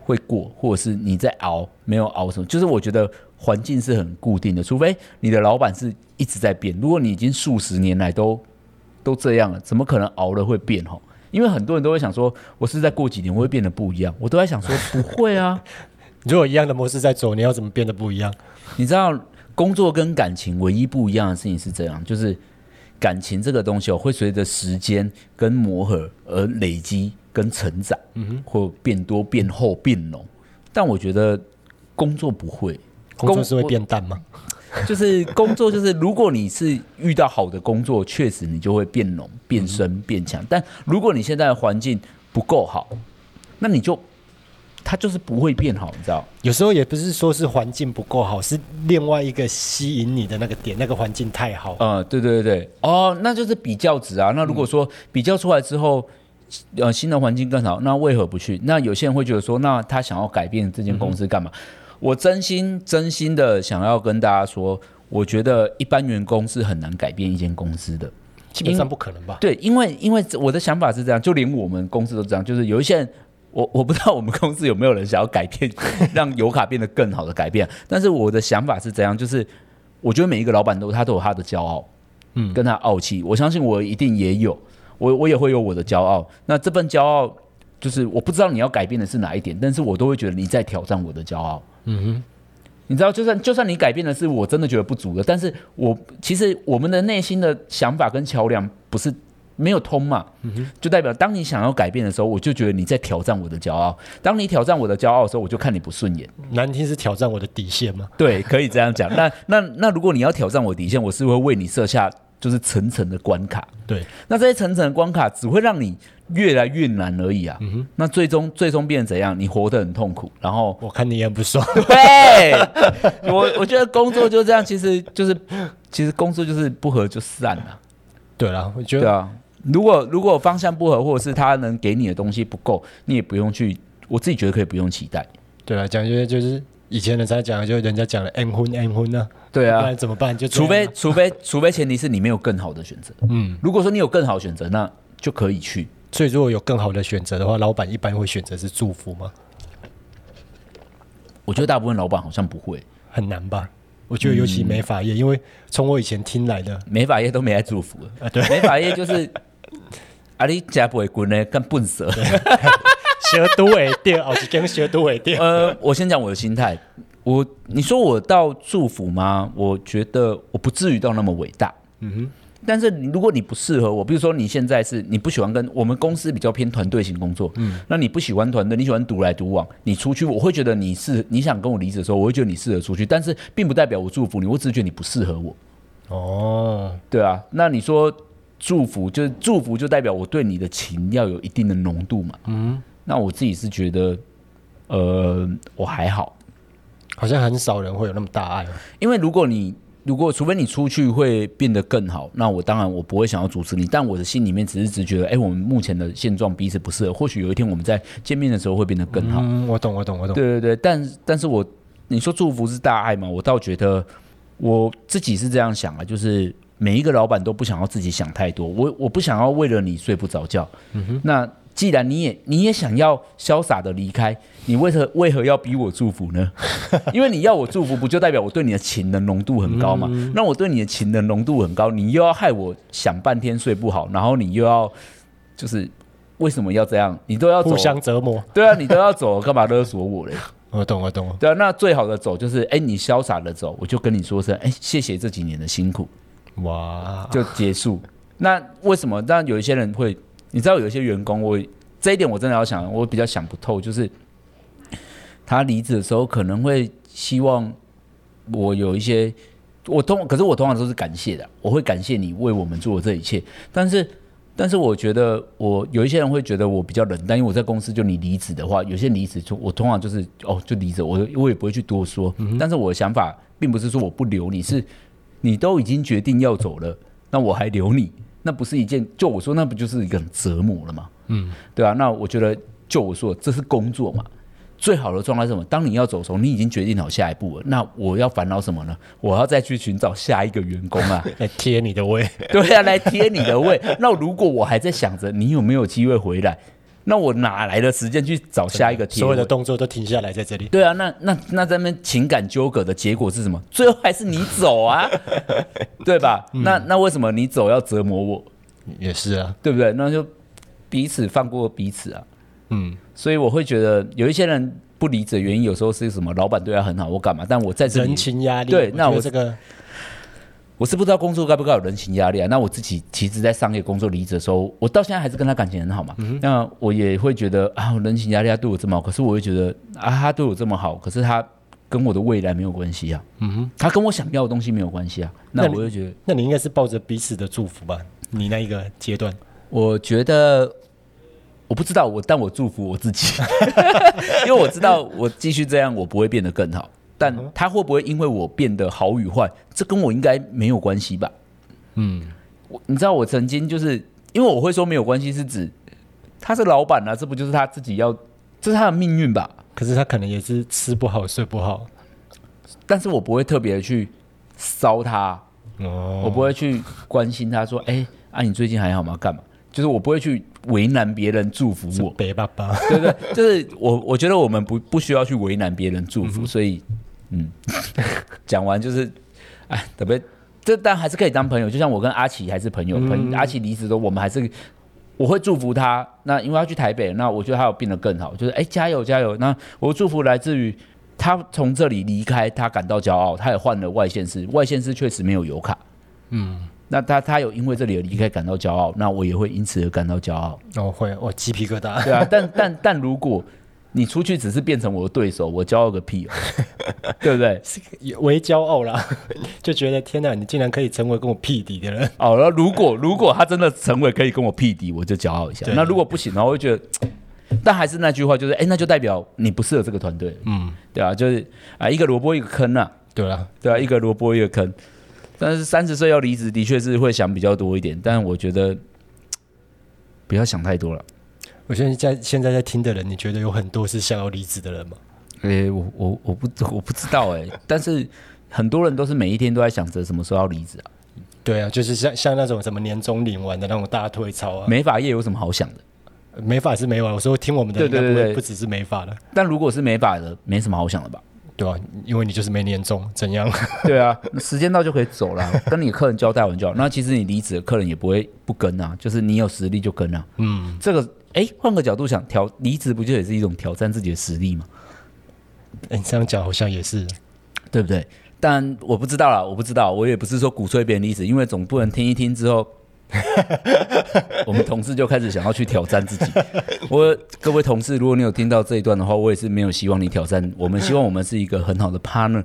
[SPEAKER 3] 会过，或者是你在熬没有熬什么，就是我觉得环境是很固定的，除非你的老板是一直在变。如果你已经数十年来都都这样了，怎么可能熬了会变吼？因为很多人都会想说，我是在过几年我会变得不一样，我都在想说不会啊，
[SPEAKER 4] 如果一样的模式在走，你要怎么变得不一样？
[SPEAKER 3] 你知道工作跟感情唯一不一样的事情是这样，就是感情这个东西哦，会随着时间跟磨合而累积跟成长，嗯或变多变厚变浓。但我觉得工作不会，
[SPEAKER 4] 工作是会变淡吗？
[SPEAKER 3] 就是工作，就是如果你是遇到好的工作，确实你就会变浓、变深、变强。但如果你现在的环境不够好，那你就它就是不会变好，你知道？
[SPEAKER 4] 有时候也不是说是环境不够好，是另外一个吸引你的那个点，那个环境太好。
[SPEAKER 3] 呃，对对对对，哦，那就是比较值啊。那如果说比较出来之后，呃，新的环境更好，那为何不去？那有些人会觉得说，那他想要改变这间公司干嘛？我真心真心的想要跟大家说，我觉得一般员工是很难改变一间公司的。
[SPEAKER 4] 基本上不可能吧？
[SPEAKER 3] 对，因为因为我的想法是这样，就连我们公司都这样，就是有一些人，我我不知道我们公司有没有人想要改变， 让油卡变得更好的改变，但是我的想法是这样，就是我觉得每一个老板都他都有他的骄傲，嗯，跟他傲气，我相信我一定也有，我我也会有我的骄傲，那这份骄傲。就是我不知道你要改变的是哪一点，但是我都会觉得你在挑战我的骄傲。你知道，就算就算你改变的是我真的觉得不足的，但是我其实我们的内心的想法跟桥梁不是没有通嘛，就代表当你想要改变的时候，我就觉得你在挑战我的骄傲；当你挑战我的骄傲的时候，我就看你不顺眼。
[SPEAKER 4] 难听是挑战我的底线吗？
[SPEAKER 3] 对，可以这样讲。那那那如果你要挑战我底线，我是会为你设下就是层层的关卡。
[SPEAKER 4] 对，
[SPEAKER 3] 那这些层层的关卡只会让你越来越难而已啊。那最终最终变成怎样？你活得很痛苦，然后
[SPEAKER 4] 我看你也 不爽。
[SPEAKER 3] 对，我我觉得工作就这样，其实就是其实工作就是不合就散啊了、
[SPEAKER 4] 对啦，我觉
[SPEAKER 3] 对
[SPEAKER 4] 得
[SPEAKER 3] 啊。如果如果方向不合，或者是他能给你的东西不够，你也不用去，我自己觉得可以不用期待。
[SPEAKER 4] 对啦，讲就是就是以前人才讲的，就是人家讲的 “n 婚 n 婚”啊，
[SPEAKER 3] 对
[SPEAKER 4] 不
[SPEAKER 3] 啊
[SPEAKER 4] 然，怎么办？就这
[SPEAKER 3] 除
[SPEAKER 4] 样啊
[SPEAKER 3] 非除非除非前提是你没有更好的选择。
[SPEAKER 4] 嗯，
[SPEAKER 3] 如果说你有更好的选择，那就可以去。
[SPEAKER 4] 所以如果有更好的选择的话，老板一般会选择是祝福吗？
[SPEAKER 3] 我觉得大部分老板好像不会，
[SPEAKER 4] 很难吧？我觉得尤其美
[SPEAKER 3] 嗯
[SPEAKER 4] 发业，因为从我以前听 来的，
[SPEAKER 3] 美发业都没来祝福了。啊对，美发业就是。 啊，你家不会滚呢，干笨蛇。
[SPEAKER 4] 学都尾掉，哦，是跟学都尾掉。
[SPEAKER 3] 呃，我先讲我的心态。我你说我到祝福吗？我觉得我不至于到那么伟大。嗯哼。但是如果你不适合我，比如说你现在是你不喜欢跟我们公司比较偏团队型工作，嗯，那你不喜欢团队，你喜欢独来独往，你出去我会觉得你是你想跟我离职的时候，我会觉得你适合出去，但是并不代表我祝福你，我只是觉得你不适合我。
[SPEAKER 4] 哦，
[SPEAKER 3] 对啊，那你说祝福就是祝福，就代表我对你的情要有一定的浓度嘛。嗯，那我自己是觉得，呃，我还好，
[SPEAKER 4] 好像很少人会有那么大爱哦。
[SPEAKER 3] 因为如果你如果除非你出去会变得更好，那我当然我不会想要阻止你，但我的心里面只是只觉得，哎、我们目前的现状彼此不适合，或许有一天我们在见面的时候会变得更好。
[SPEAKER 4] 嗯，我懂，我懂，我懂。
[SPEAKER 3] 对对对，但但是我你说祝福是大爱嘛，我倒觉得我自己是这样想啊，就是每一个老板都不想要自己想太多，我我不想要为了你睡不着觉。嗯哼，那既然你也你也想要潇洒的离开，你为何为何要逼我祝福呢？ 因为你要我祝福，不就代表我对你的情的浓度很高嘛？
[SPEAKER 4] 嗯
[SPEAKER 3] 那我对你的情的浓度很高，你又要害我想半天睡不好，然后你又要就是。为什么要这样？你都要走
[SPEAKER 4] 互相折磨，
[SPEAKER 3] 对啊，你都要走，干嘛勒索我嘞？
[SPEAKER 4] 我懂，我懂。
[SPEAKER 3] 对啊，那最好的走就是，哎，你潇洒的走，我就跟你说声，哎，谢谢这几年的辛苦，
[SPEAKER 4] 哇，
[SPEAKER 3] 就结束。那为什么？但有一些人会，你知道，有一些员工我，这一点我真的要想，我比较想不透，就是他离职的时候可能会希望我有一些，我通，可是我通常都是感谢的，我会感谢你为我们做的这一切，但是。但是我觉得我有一些人会觉得我比较冷淡，因为我在公司就你离职的话，有些离职就我通常就是哦就离职，我我也不会去多说。但是我的想法并不是说我不留你，是你都已经决定要走了，那我还留你，那不是一件就我说那不就是一个很折磨了吗？嗯，对啊，那我觉得就我说这是工作嘛。最好的状态是什么？当你要走的时候，你已经决定好下一步了。那我要烦恼什么呢？我要再去寻找下一个员工 啊。
[SPEAKER 4] 来哎贴你的胃，
[SPEAKER 3] 对啊，来贴你的胃。那如果我还在想着你有没有机会回来，那我哪来的时间去找下一个贴
[SPEAKER 4] 所有
[SPEAKER 3] 位
[SPEAKER 4] 的？动作都停下来在这里。
[SPEAKER 3] 对啊，那那那咱们情感纠葛的结果是什么？最后还是你走 啊，对吧？
[SPEAKER 4] 嗯
[SPEAKER 3] 那那为什么你走要折磨我？
[SPEAKER 4] 也是啊，
[SPEAKER 3] 对不对？那就彼此放过彼此啊。
[SPEAKER 4] 嗯，
[SPEAKER 3] 所以我会觉得有一些人不离职的原因，有时候是什么老板对他很好，我干嘛？但我在这里
[SPEAKER 4] 人情压力。
[SPEAKER 3] 对
[SPEAKER 4] 觉得
[SPEAKER 3] 那我
[SPEAKER 4] 这个
[SPEAKER 3] 我是不知道工作该不该有人情压力啊。那我自己其实，在上一个工作离职的时候，我到现在还是跟他感情很好嘛。那我也会觉得啊，人情压力他对我这么好，可是我会觉得啊，他对我这么好，可是他跟我的未来没有关系啊。嗯哼，他跟我想要的东西没有关系啊。那
[SPEAKER 4] 那你
[SPEAKER 3] 我就觉得，
[SPEAKER 4] 那你应该是抱着彼此的祝福吧？你那一个阶段，
[SPEAKER 3] 我觉得。我不知道，我但我祝福我自己， 因为我知道我继续这样，我不会变得更好。
[SPEAKER 4] 嗯
[SPEAKER 3] 但他会不会因为我变得好与坏，这跟我应该没有关系吧？
[SPEAKER 4] 嗯，
[SPEAKER 3] 我你知道我曾经就是因为我会说没有关系，是指他是老板啊，这不就是他自己要，这是他的命运吧？
[SPEAKER 4] 可是他可能也是吃不好睡不好
[SPEAKER 3] 但是我不会特别去骚他，
[SPEAKER 4] 哦，
[SPEAKER 3] 我不会去关心他说，哎、啊你最近还好吗？干嘛？就是我不会去为难别人祝福
[SPEAKER 4] 是
[SPEAKER 3] 我，
[SPEAKER 4] 北爸爸。
[SPEAKER 3] 对不对？就是我我觉得我们不不需要去为难别人祝福，所以嗯，讲完就是哎，特别这但还是可以当朋友，就像我跟阿奇还是朋友，朋阿奇离职的时候，我们还是我会祝福他。那因为他去台北，那我觉得他有变得更好，就是哎加油加油。那我的祝福来自于。他从这里离开，他感到骄傲，他也换了外县市，外县市确实没有油卡，嗯，那他他有因为这里的离开感到骄傲，那我也会因此而感到骄傲，
[SPEAKER 4] 哦，会，我鸡皮疙瘩。
[SPEAKER 3] 对啊，但但但如果你出去只是变成我的对手，我骄傲个屁、哦， 对不对？
[SPEAKER 4] 为骄傲啦， 就觉得天哪，你竟然可以成为跟我匹敌的人，
[SPEAKER 3] 哦，那如果如果他真的成为可以跟我匹敌，我就骄傲一下。
[SPEAKER 4] 对
[SPEAKER 3] 那如果不行的话，我会觉得，但还是那句话，就是哎、那就代表你不适合这个团队，
[SPEAKER 4] 嗯，
[SPEAKER 3] 对啊，就是啊、一个萝卜一个坑啊，
[SPEAKER 4] 对啦，
[SPEAKER 3] 对啊，一个萝卜一个坑。但是三十岁要离职，的确是会想比较多一点，但我觉得不要想太多了。
[SPEAKER 4] 我现在在现在在听的人，你觉得有很多是想要离职的人吗？
[SPEAKER 3] 诶、我我我不 我不知道诶、但是很多人都是每一天都在想着什么时候要离职啊。
[SPEAKER 4] 对啊，就是像像那种什么年终领完的那种大退潮啊，
[SPEAKER 3] 美发业有什么好想的？
[SPEAKER 4] 美发是没完。我说听我们的人应
[SPEAKER 3] 对
[SPEAKER 4] 该
[SPEAKER 3] 对
[SPEAKER 4] 不会
[SPEAKER 3] 对对
[SPEAKER 4] 不只是美发了，
[SPEAKER 3] 但如果是美发的，没什么好想的吧？
[SPEAKER 4] 对吧、因为你就是没年终，怎样？
[SPEAKER 3] 对啊，时间到就可以走了，啊跟你客人交代完就好。那其实你离职，客人也不会不跟啊，就是你有实力就跟啊。
[SPEAKER 4] 嗯，
[SPEAKER 3] 这个，哎，换个角度想，挑离职不就也是一种挑战自己的实力吗？
[SPEAKER 4] 诶欸你这样讲好像也是，
[SPEAKER 3] 对不对？但我不知道啦，我不知道，我也不是说鼓吹别人离职，因为总不能听一听之后，我们同事就开始想要去挑战自己。我各位同事，如果你有听到这一段的话，我也是没有希望你挑战。我们希望我们是一个很好的 partner，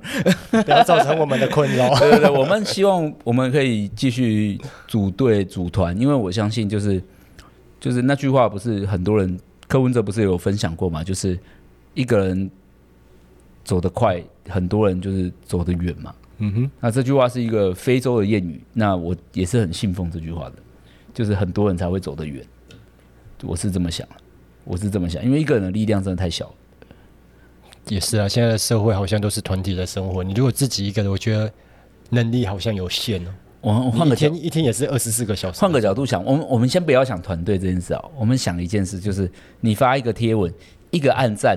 [SPEAKER 4] 不要造成我们的困扰。
[SPEAKER 3] 对对对，我们希望我们可以继续组队组团，因为我相信就是就是那句话不是很多人柯文哲不是有分享过嘛，就是一个人走得快，很多人就是走得远嘛。
[SPEAKER 4] 嗯哼，
[SPEAKER 3] 那这句话是一个非洲的谚语，那我也是很信奉这句话的，就是很多人才会走得远，我是这么想，我是这么想，因为一个人的力量真的太小了。
[SPEAKER 4] 也是啊，现在的社会好像都是团体的生活，你如果自己一个人，我觉得能力好像有限哦。
[SPEAKER 3] 我我换
[SPEAKER 4] 你一
[SPEAKER 3] 个角
[SPEAKER 4] 天一天也是二十四个小时，
[SPEAKER 3] 换个角度想，我们我们先不要想团队这件事啊，我们想一件事，就是你发一个贴文，一个暗赞，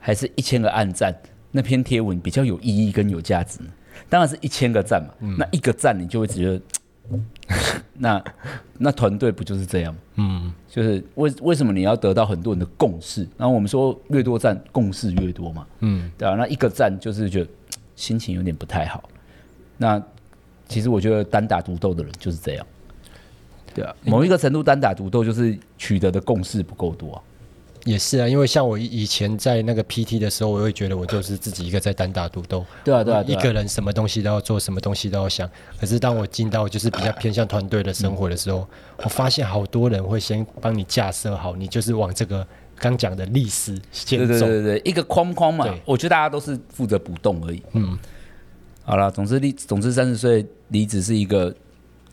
[SPEAKER 3] 还是一千个暗赞，那篇贴文比较有意义跟有价值呢？当然是一千个赞嘛，
[SPEAKER 4] 嗯
[SPEAKER 3] 那一个赞你就会觉得，那那团队不就是这样吗？
[SPEAKER 4] 嗯，
[SPEAKER 3] 就是为为什么你要得到很多人的共识？然后我们说越多赞，共识越多嘛。
[SPEAKER 4] 嗯，
[SPEAKER 3] 对啊，那一个赞就是觉得心情有点不太好。那其实我觉得单打独斗的人就是这样。对啊，某一个程度单打独斗就是取得的共识不够多啊、
[SPEAKER 4] 也是啊，因为像我以前在那个 PT 的时候，我会觉得我就是自己一个在单打独斗，
[SPEAKER 3] 对啊对啊对
[SPEAKER 4] 一
[SPEAKER 3] 啊
[SPEAKER 4] 个人什么东西都要做，什么东西都要想。可是当我进到就是比较偏向团队的生活的时
[SPEAKER 3] 嗯
[SPEAKER 4] 候，我发现好多人会先帮你架设好，你就是往这个刚讲的历史
[SPEAKER 3] 对
[SPEAKER 4] 先
[SPEAKER 3] 对
[SPEAKER 4] 走。
[SPEAKER 3] 对对，一个框框嘛
[SPEAKER 4] 对，
[SPEAKER 3] 我觉得大家都是负责不动而已。嗯，好啦，总之离，总之三十岁离职是一个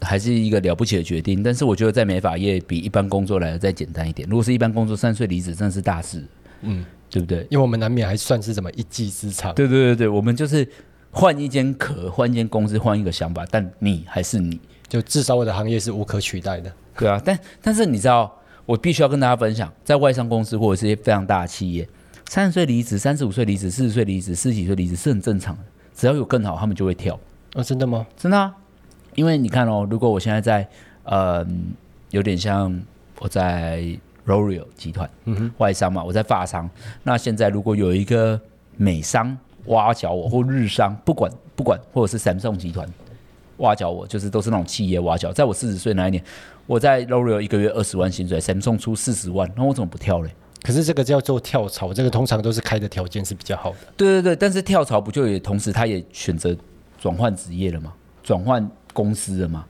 [SPEAKER 3] 还是一个了不起的决定，但是我觉得在美发业比一般工作来的再简单一点。如果是一般工作，三十岁离职真的是大事，嗯，对不对？
[SPEAKER 4] 因为我们难免还算是什么一技之长，
[SPEAKER 3] 对对对对，我们就是换一间壳，换一间公司，换一个想法，但你还是你，
[SPEAKER 4] 就至少我的行业是无可取代的。
[SPEAKER 3] 对啊。但但是你知道，我必须要跟大家分享，在外商公司或者是一些非常大的企业，三十岁离职、三十五岁离职、四十岁离职、四十几岁离职是很正常的，只要有更好，他们就会跳。
[SPEAKER 4] 哦，真的吗？
[SPEAKER 3] 真的、啊，嗯因为你看哦，如果我现在在，呃，有点像我在 L'Oreal 集团，外商嘛，我在法商。那现在如果有一个美商挖角我，或日商，不管不管，或者是 Samsung 集团挖角我，就是都是那种企业挖角。在我四十岁那一年，我在 L'Oreal 一个月二十万薪水，Samsung 出四十万，那我怎么不跳嘞？
[SPEAKER 4] 可是这个叫做跳槽，这个通常都是开的条件是比较好的。
[SPEAKER 3] 对对对，但是跳槽不就也同时他也选择转换职业了吗？转换公司了吗？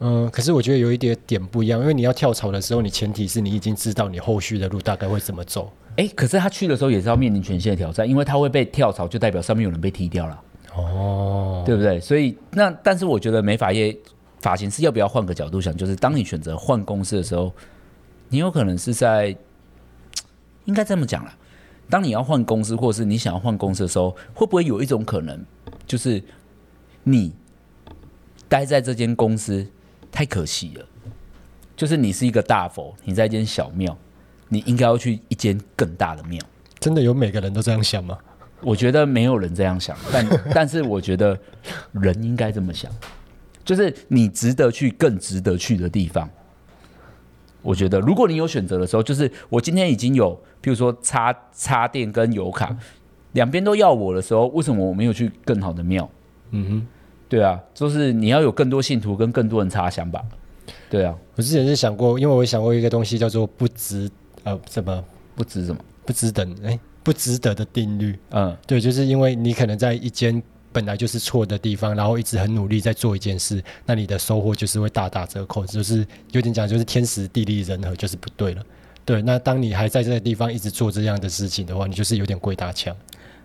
[SPEAKER 4] 嗯，可是我觉得有一点点不一样，因为你要跳槽的时候，你前提是你已经知道你后续的路大概会怎么走。
[SPEAKER 3] 哎，可是他去的时候也是要面临权限的挑战，因为他会被跳槽，就代表上面有人被踢掉了，
[SPEAKER 4] 哦，
[SPEAKER 3] 对不对？所以那但是我觉得美发业发型师要不要换个角度想，就是当你选择换公司的时候，你有可能是在应该这么讲啦。当你要换公司，或者是你想要换公司的时候，会不会有一种可能，就是你待在这间公司太可惜了？就是你是一个大佛，你在一间小庙，你应该要去一间更大的庙。
[SPEAKER 4] 真的有每个人都这样想吗？
[SPEAKER 3] 我觉得没有人这样想，但 但是我觉得人应该这么想，就是你值得去更值得去的地方。我觉得，如果你有选择的时候，就是我今天已经有，比如说插插电跟油卡两边都要我的时候，为什么我没有去更好的庙？
[SPEAKER 4] 嗯
[SPEAKER 3] 对啊，就是你要有更多信徒跟更多人插香吧。对啊，
[SPEAKER 4] 哼，我之前是想过，因为我想过一个东西叫做不值呃什么
[SPEAKER 3] 不值什么，
[SPEAKER 4] 不值等哎不值得的定律。
[SPEAKER 3] 嗯
[SPEAKER 4] 对，就是因为你可能在一间本来就是错的地方，然后一直很努力在做一件事，那你的收获就是会大打折扣，就是有点讲就是天时地利人和就是不对了。对，那当你还在这个地方一直做这样的事情的话，你就是有点鬼打墙，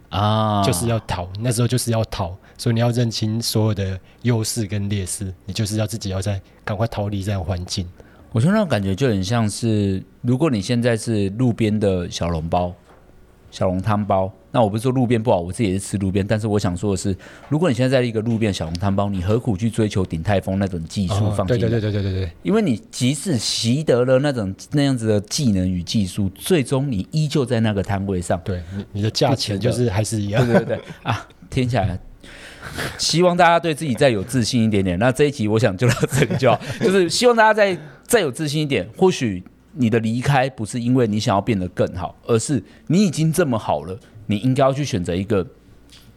[SPEAKER 3] 啊，
[SPEAKER 4] 就是要逃。那时候就是要逃，所以你要认清所有的优势跟劣势，你就是要自己要在赶快逃离这样的环境。
[SPEAKER 3] 我觉得那种感觉就很像是，如果你现在是路边的小笼包、小笼汤包，那我不是说路边不好，我自己也是吃路边，但是我想说的是，如果你现在在一个路边的小笼汤包，你何苦去追求鼎泰丰那种技术
[SPEAKER 4] 哦
[SPEAKER 3] 放进来？
[SPEAKER 4] 对对对对对对对，
[SPEAKER 3] 因为你即使习得了那种那样子的技能与技术，最终你依旧在那个摊位上。
[SPEAKER 4] 对你你的价钱就是还是一样。
[SPEAKER 3] 对对对啊，听起来。希望大家对自己再有自信一点点。那这一集我想就到这里就好，就是希望大家再再有自信一点。或许你的离开不是因为你想要变得更好，而是你已经这么好了，你应该要去选择一个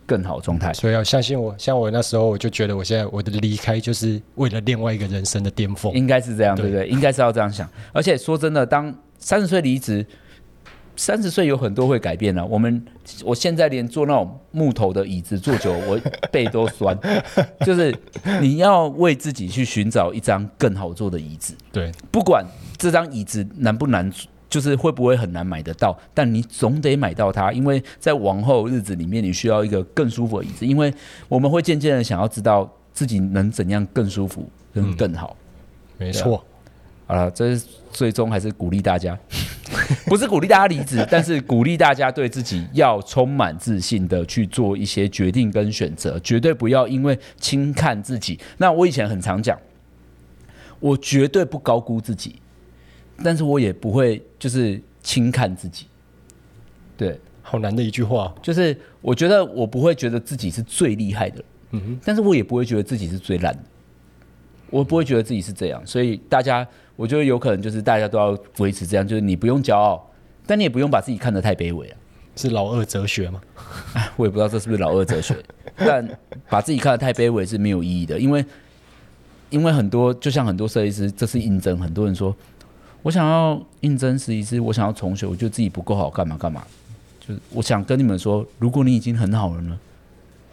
[SPEAKER 3] 更好的状态。
[SPEAKER 4] 所以要相信我，像我那时候，我就觉得我现在我的离开就是为了另外一个人生的巅峰。
[SPEAKER 3] 应该是这样，对不对？应该是要这样想。而且说真的，当三十岁离职，三十岁有很多会改变啊了、我们我现在连坐那种木头的椅子坐久，我背都酸。就是你要为自己去寻找一张更好坐的椅子，
[SPEAKER 4] 对，
[SPEAKER 3] 不管这张椅子难不难。就是会不会很难买得到，但你总得买到它，因为在往后日子里面，你需要一个更舒服的椅子，因为我们会渐渐的想要知道自己能怎样更舒服跟更好。
[SPEAKER 4] 没错。
[SPEAKER 3] 好了，这是最终还是鼓励大家， 不是鼓励大家离职，但是鼓励大家对自己要充满自信的去做一些决定跟选择，绝对不要因为轻看自己。那我以前很常讲，我绝对不高估自己，但是我也不会就是轻看自己。对，
[SPEAKER 4] 好难的一句话哦。
[SPEAKER 3] 就是我觉得我不会觉得自己是最厉害的人，但是我也不会觉得自己是最烂的，我不会觉得自己是这样，所以大家，我觉得有可能就是大家都要维持这样，就是你不用骄傲，但你也不用把自己看得太卑微啊。
[SPEAKER 4] 是老二哲学嘛？
[SPEAKER 3] 我也不知道这是不是老二哲学， 但把自己看得太卑微是没有意义的，因为因为很多就像很多设计师，这是应征，很多人说我想要应征设计师，我想要重学，我觉得自己不够好，干嘛干嘛，就是我想跟你们说，如果你已经很好了呢，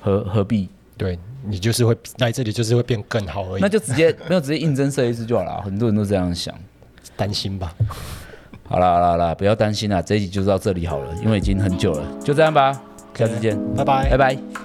[SPEAKER 3] 何何必？
[SPEAKER 4] 对你就是会来这里，就是会变更好而已。
[SPEAKER 3] 那就直接没有直接应征设计师就好了，很多人都这样想。
[SPEAKER 4] 担心吧。
[SPEAKER 3] 好啦好啦好啦，不要担心啦，这一集就到这里好了，因为已经很久了，就这样吧，下次见，
[SPEAKER 4] 拜拜
[SPEAKER 3] 拜。拜